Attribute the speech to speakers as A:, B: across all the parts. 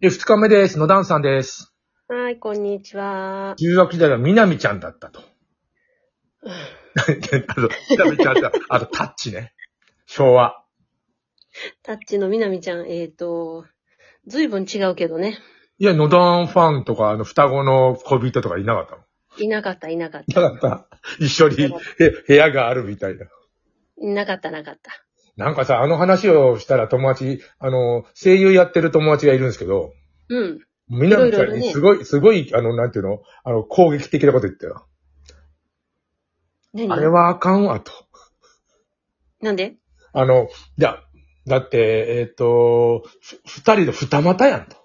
A: で、二日目です。野段さんです。
B: はい、こんにちは。
A: 中学時代はみなみちゃんだったと。 あの、みなみちゃんだ。あと、タッチね。昭和。
B: タッチのみなみちゃん、えっ、ー、と、ずいぶん違うけどね。
A: いや、野段ファンとか、あの、双子の恋人とかいなかったの
B: いなかった、いなかっ
A: い
B: た。
A: なかった。一緒にへ部屋があるみたいな。
B: いなかった、なかった。
A: なんかさ、あの話をしたら友達、あの、声優やってる友達がいるんですけど、
B: うん。
A: みなみちゃん
B: いろいろ
A: に
B: ね
A: すごい、すごい、あの、なんていうのあの、攻撃的なこと言ったよ。
B: 何
A: あれはあかんわ、と。
B: なんで
A: あの、いや、だって、えっ、と、ふ二人の二股やんと。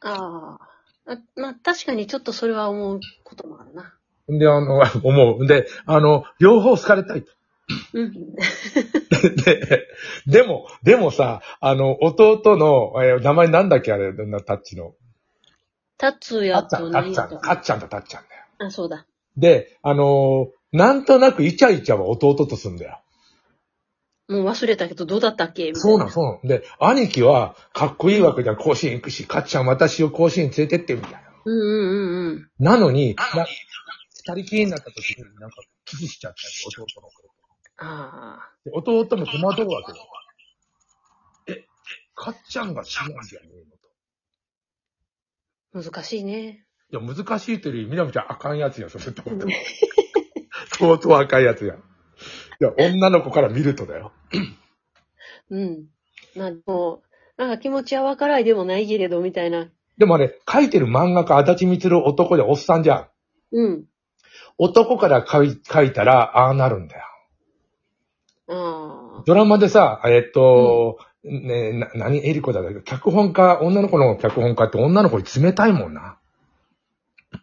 B: あーあ。まあ、確かにちょっとそれは思うこともあるな。
A: んで、あの、 思う。んで、あの、両方好かれたい と。
B: うん。
A: で、でも、でもさ、あの、弟の、えー名前なんだっけあれ、なタッチの。
B: タッツー
A: か
B: や
A: っちゃ
B: と
A: ん、か
B: な
A: っ
B: い
A: ちゃん、
B: と。
A: かっちゃんだ、たっちゃんだよ。
B: あ、そうだ。
A: で、あのーなんとなくイチャイチャは弟とすんだよ。
B: もう忘れたけど、どうだったっけみたい
A: そうなん、そうなん。で、兄貴は、かっこいいわけじゃん、甲子園行くし、かっちゃん私を甲子園連れてって、みたいな。
B: うんうんうんうん。
A: なのに、な二人きりになった時になんかキスしちゃったり、弟の
B: ああ。
A: で弟も戸惑うわけよ。え、かっちゃんが死なんじゃねえのと。
B: 難しいね。
A: いや、難しいというより、みなみちゃんあかんやつやん、それって思った。相当あかんやつやん。いや、女の子から見るとだよ。
B: うん。まあ、でもなんか気持ちはわからいでもないけれど、みたいな。
A: でもあれ、書いてる漫画家、足立みつる男でおっさんじゃん。
B: うん。
A: 男から書い書いたら、ああなるんだよ。
B: ああ。
A: ドラマでさ、えっと、ねな、何、エリコだけど、脚本家、女の子の脚本家って女の子に冷たいもんな。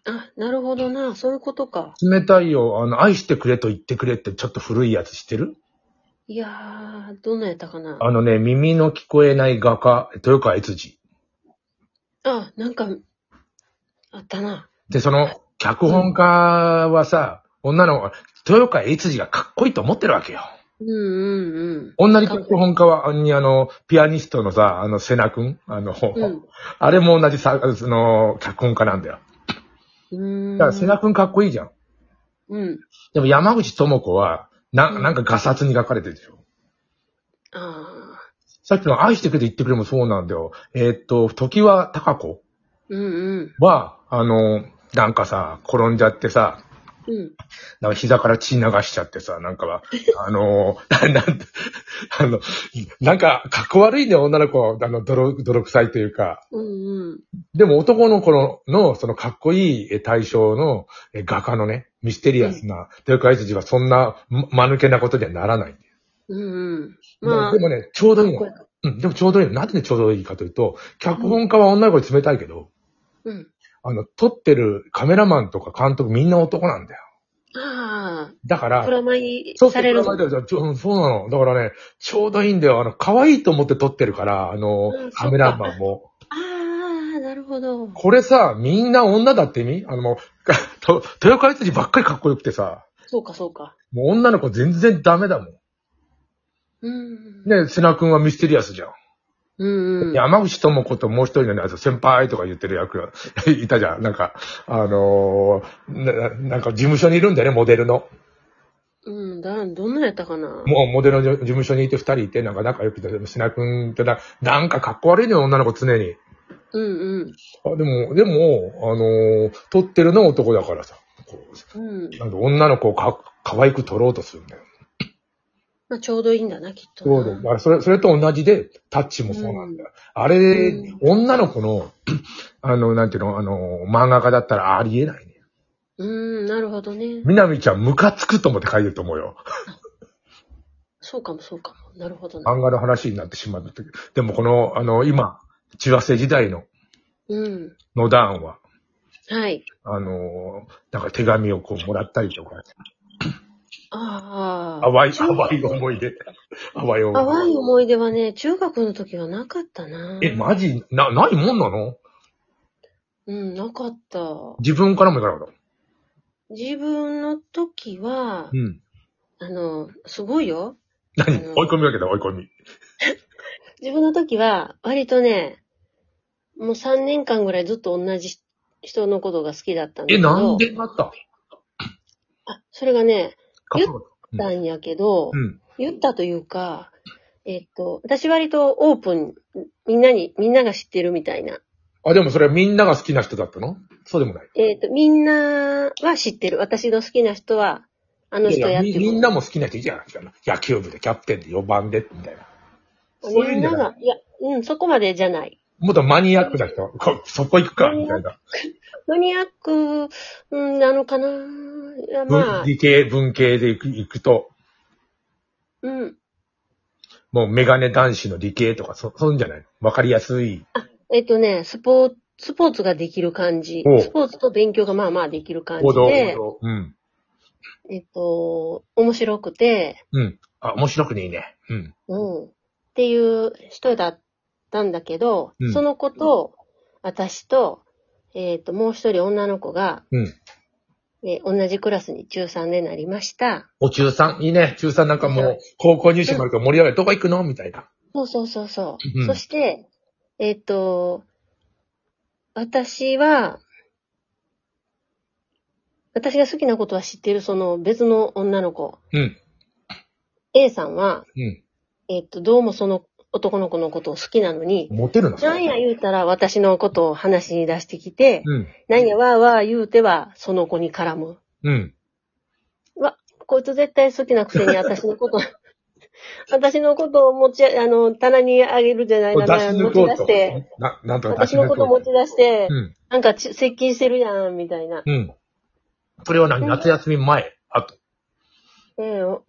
B: あ、なるほどな。そういうことか。
A: 冷たいよ、あの、愛してくれと言ってくれってちょっと古いやつ知ってる
B: いやー、どんなんやったかな。あ
A: あのね、耳の聞こえない画家、豊川悦司。
B: なんか、あったな。
A: で、その、脚本家はさ、女の子、豊川悦司がかっこいいと思ってるわけよ。
B: うんうん
A: 同じ脚本家は、あにあの、ピアニストのさ、あの、瀬名くんあの、
B: うん。
A: あれも同じさ、その、脚本家なんだよ。
B: うん。う
A: だか
B: ーん。
A: ら瀬名くんかっこいいじゃん。
B: うん。
A: でも山口智子は、な、
B: うん
A: なんかガサツに書かれてるでしょ。
B: あー。
A: さっきの愛してくれと言ってくれもそうなんだよ。えーっと、時は高子
B: うんうん。
A: は、あの、なんかさ、転んじゃってさ、
B: うん。
A: なんか膝から血流しちゃってさ、なんか は、あの、ななんてあの、なんか、かっこ悪いね、女の子、あの、泥、泥臭いというか。
B: うんうん。
A: でも男の子の、のそのかっこいいえ対象のえ画家のね、ミステリアスな、というか、あいつはそんな、ま、間抜けなことにはならない。
B: うんうん。まあ、
A: でもね、ちょうどいい
B: かっ
A: の
B: こよ。かっ
A: うん、でもちょうどいいの。なんでちょうどいいかというと、脚本家は女の子に冷たいけど、
B: たうん。
A: あの、撮ってるカメラマンとか監督みんな男なんだよ。
B: あ
A: だか
B: あ。プ
A: ら、
B: ラマイ
A: そうそ
B: さ
A: う、
B: れる
A: プ
B: の。
A: ラマイだよちょうんそうなの。だからね、ちょうどいいんだよ。あの、可愛いと思って撮ってるから、あの
B: うん、
A: カメラマンも。
B: ああ、なるほど。
A: これさ、みんな女だってみあの、もう、 と豊川悦司ばっかりかっこよくてさ、
B: そうか、そうか。
A: もう女の子全然ダメだもん。
B: うん。
A: ね、瀬名くんはミステリアスじゃん。
B: うんうん。
A: 山口智子ともう一人のやつ、先輩とか言ってる役が いたじゃん。なんか、あのーな、なんか事務所にいるんだよね、モデルの。
B: うん、だ、どんなんやったかな。
A: もうモデルの事務所にいて二人いて、なんか仲良くて、でも瀬名君ってな、なんかかっこ悪いのよ、女の子常に。
B: うん
A: あでも、でも、あのー撮ってるのは男だからさ、こう
B: うん。うん。
A: なんか女の子をか、可愛く撮ろうとするんだよ。
B: まあ、ちょうどいいんだな、きっと
A: そ
B: な。
A: うだよ。あそれ、それと同じで、タッチもそうなんだよ。あれ、
B: うん
A: 女の子の、あの、なんていうの、あのー漫画家だったらありえないね。
B: うん、なるほどね。
A: みなみちゃんムカつくと思って書いてると思うよ。
B: そうかも、そうかも。なるほどな。
A: 漫画の話になってしまったけど。でもこの、あの、今、千葉世時代の、
B: うん。
A: のダーンは、
B: はい。
A: あのーなんか手紙をこうもらったりとか、
B: ああ。
A: 淡い、
B: 中
A: 淡い思い出。淡い思
B: 淡
A: い
B: い思い出はね、中学の時はなかったな。
A: 出。え、マジな、ないもんなの
B: うん、なかった。
A: 自分からもいかなかった。
B: 自分の時は、
A: うん。
B: あの、すごいよ。
A: 何
B: あの
A: 追い込みわけだ、追い込み。
B: 自分の時は、割とね、もう3年間ぐらいずっと同じ人のことが好きだったんだけ
A: え、
B: ど。
A: なんでなった
B: あ、それがね、
A: かっこよかっ
B: 言ったんやけど、
A: たうん。
B: 言ったというか、えっと、私割とオープン、みんなに、みんなが知ってるみたいな。
A: あ、でもそれはみんなが好きな人だったのそうでもない。
B: えっと、みんなは知ってる。私の好きな人は、あの
A: い
B: 人
A: や
B: やって
A: み
B: る。
A: みんなも好きな人いるじゃないですか。野球部でキャプテンで4番で、みたいな。そういう
B: み
A: んんじゃ
B: な
A: ない
B: が、いや、うん、そこまでじゃない。
A: もっとマニアックな人、こそこ行くか、みたいな。
B: マニアック、うん、なのかないや、まあ、
A: 理系、文系で行く行くと、
B: うん。
A: もうメガネ男子の理系とか、そ、そんじゃないわかりやすい。
B: えっとね、スポーツ、スポーツができる感じ
A: お。う
B: スポーツと勉強がまあまあできる感
A: 行
B: じ
A: 動、
B: で、
A: 行動。うん。
B: えっと、面白くて、
A: うん。あ、面白くねいいね。うん。
B: うん。っていう人だったんだけど、
A: うん
B: その子と、私と、えっ、と、もう一人女の子が、
A: うん
B: えー同じクラスに中3でなりました。
A: お中3、いいね。中3なんかもう、高校入試もあるから盛り上がる。どこ行くのみたいな。
B: そうそうそうそう。
A: うん
B: そして、えっ、と、私は、私が好きなことは知ってるその別の女の子、
A: うん。
B: A さんは、
A: うん。
B: えっ、と、どうもその男の子のことを好きなのに、
A: モテるな、それ
B: なんや言うたら私のことを話に出してきて、
A: うん。
B: なんやわーわー言うてはその子に絡む。
A: うん。
B: こいつ絶対好きなくせに私の こと、私のことを持ち、あの、棚にあげるじゃない
A: これ
B: な、
A: 出し
B: 持
A: 抜
B: ち
A: こ
B: 出
A: う
B: し
A: と
B: て、。
A: な、なんとか出
B: 私
A: し抜
B: の
A: こ
B: こ
A: う
B: と持ち出して、
A: うん。
B: なんかち接近してるやん、みたいな。
A: うん。それは何
B: うん
A: 夏休み前あと。
B: ええわ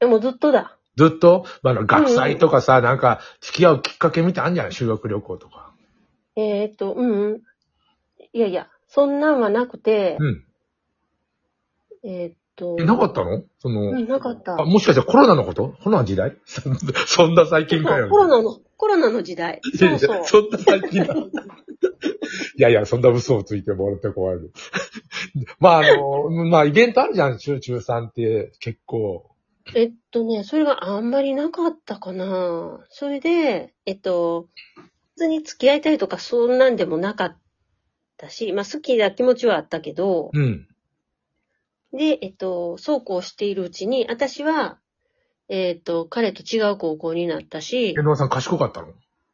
B: でもずっとだ。
A: ずっと、まああの、学祭とかさ、なんか、付き合うきっかけみたいなのあんじゃない修学旅行とか。
B: えーっと、うんうん。いやいや、そんなんはなくて、
A: うん。
B: えーっと。
A: え、なかったのその、
B: うん、なかった。
A: あ、もしかしてコロナのことコロナの時代 そんなそんな最近か
B: そ
A: よ。
B: うコロナの、コロナの時代。
A: いやい
B: そ
A: や
B: うそ う。
A: そんな最近だ。いやいや、そんな嘘をついてもらって怖い。 まあ、あの、まあ、イベントあるじゃん、中中さんって、結構。
B: えっとね、それがあんまりなかったかな。それで、えっと、普通に付き合いたいとかそんなんでもなかったし、まあ好きな気持ちはあったけど、
A: うん。
B: で、えっと、そうこうしているうちに、私は、えっと、彼と違う高校になったし
A: 江、野さん賢かったの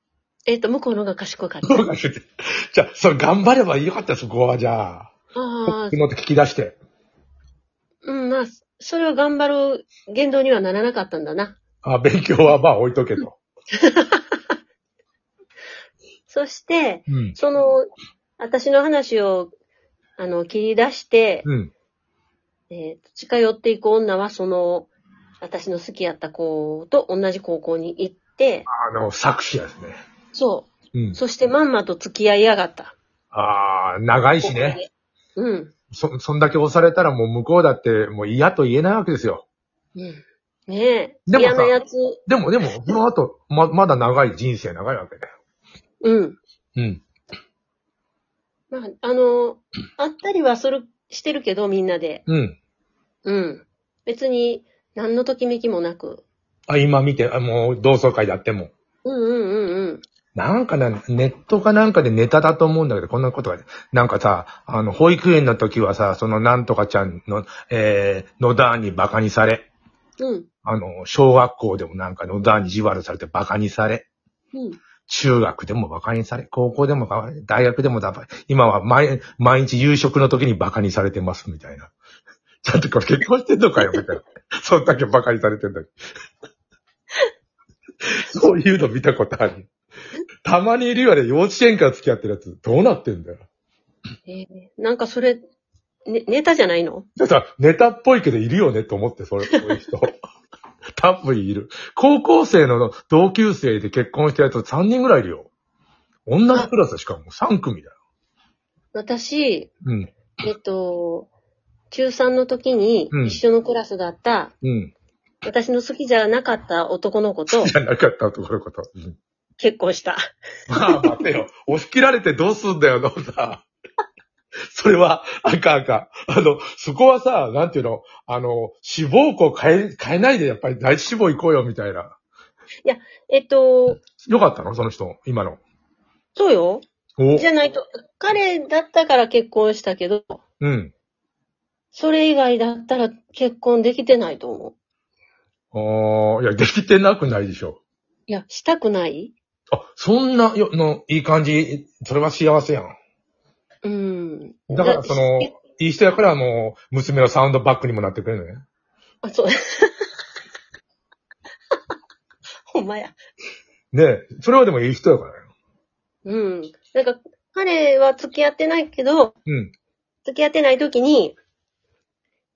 B: えっと、向こうの方が賢かった。
A: じゃあ、それ頑張ればよかったよ、そこは、じゃあ。
B: ああ
A: 僕、のって聞き出して。
B: うん、まあ、それは頑張る言動にはならなかったんだな。
A: あ、勉強はまあ置いとけと。
B: そして、
A: うん。
B: その、私の話を、あの、切り出して、
A: うん。
B: えー近寄っていく女は、その、私の好きやった子と同じ高校に行って、
A: あの、作詞やですね。
B: そうう。
A: ん。
B: そしてまんまと付き合いやがった。
A: ああ、長いし
B: 高校
A: ね。
B: でうん。
A: そ、そんだけ押されたらもう向こうだってもう嫌と言えないわけですよ。
B: うん。ねえ。
A: でもさ
B: 嫌なやつ。
A: でも、でも、その後、ま、まだ長い、人生長いわけだよ。
B: うん。
A: うん。
B: まあ、あの、あったりはする、してるけど、みんなで。
A: うん。
B: うん。別に、何のときめきもなく。
A: あ、今見て、あもう同窓会やっても。
B: うんうんうんうん。
A: なんかね、ネットかなんかでネタだと思うんだけど、こんなことが、なんかさ、あの、保育園の時はさ、そのなんとかちゃんの、えー、野田にバカにされ、
B: うん。
A: あの、小学校でもなんか野田に意地悪されてバカにされ、
B: うん。
A: 中学でもバカにされ、高校でもバカ大学でもだば、今は毎毎日夕食の時にバカにされてますみたいな。ちゃんとこれ結婚してんのかよみたいな。そんだけバカに されてんだけど。そういうの見たことある。たまにいるよね、幼稚園から付き合ってるやつ。どうなってんだよ。
B: えーなんかそれ、ね、ネタじゃないの
A: だからネタっぽいけどいるよねと思って、それ、そういう人。 多分いる。高校生の同級生で結婚したやつ3人ぐらいいるよ。同じクラスしかも3組だよ。
B: 私、
A: うん。
B: えっと、中3の時に
A: うん
B: 一緒のクラスだった、
A: うん。
B: 私の好きじゃなかった男の 子と
A: じゃなかったところこと。
B: 結婚した。
A: まあ待てよ。押し切られてどうすんだよ、ノブさん。それは、あかんあかん。あの、そこはさ、なんていうの、あの、志望校変え、変えないで、やっぱり第一志望行こうよ、みたいな。
B: えっと、
A: よかったのその人、今の。
B: そうよ。
A: お
B: じゃないと、彼だったから結婚したけど、
A: うん。
B: それ以外だったら結婚できてないと思
A: あ
B: う。
A: あ、いや、できてなくないでしょ。
B: いや、したくない
A: あ、そんな、よ、の、いい感じ、それは幸せやん。
B: うん。
A: だから、その、いい人やから、もう、娘のサウンドバックにもなってくれるのね。
B: あ、そう。 ほんまや。
A: ねえ、それはでもいい人やからよ。
B: うん。なんか、彼は付き合ってないけど、
A: うん。
B: 付き合ってない時に、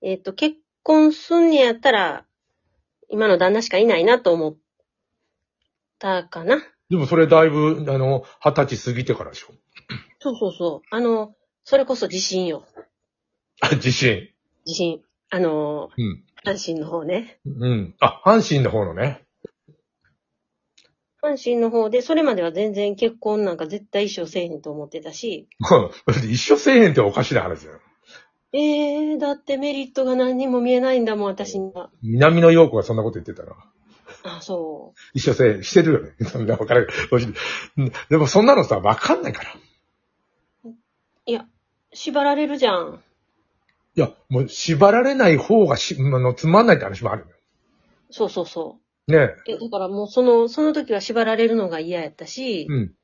B: えっ、と、結婚すんねやったら、今の旦那しかいないなと思ったかな。
A: でもそれだいぶ、あの、二十歳過ぎてからでしょ。
B: そうそうそう。あの、それこそ地震よ。
A: あ自信。
B: 地震。あの、
A: うん。
B: 阪神の方ね。
A: うん。あ、阪神の方のね。
B: 阪神の方で、それまでは全然結婚なんか絶対一生せえへんと思ってたし、
A: 一生せえへんっておかしな話だよ。
B: えー、だってメリットが何にも見えないんだもん、私には。
A: 南野陽子がそんなこと言ってたら。
B: あ、そ。
A: 一生せえ、してるよね。 そんなわからん。うん でもそんなのさ、わかんないから。いう
B: いや、縛られるじゃん。
A: や、もう縛られない方がし、あの、つまんないって話もある
B: そうそうそ
A: よ。ね
B: う。え、だからもうその、その時は縛られるのが嫌やった
A: え。
B: し、
A: うん。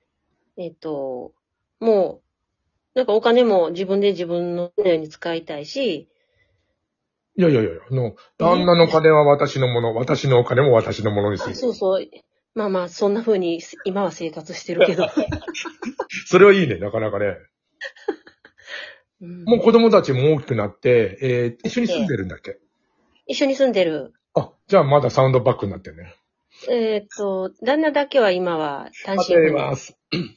B: えっと、もう、なんかお金も自分で自分のように使いたいし、
A: いやいやいやいや、あの、旦那の金は私のもの、私のお金も私のものにする。
B: そうそう。まあまあ、そんな風に今は生活してるけ ど。
A: それはいいね、なかなかね。
B: うん
A: もう子供たちも大きくなって、えー、一緒に住んでるんだっけ
B: 一緒に住んでる。
A: あ、じゃあまだサウンドバックになってるね。
B: えっと、旦那だけは今は単身
A: あ
B: 赴任
A: ります。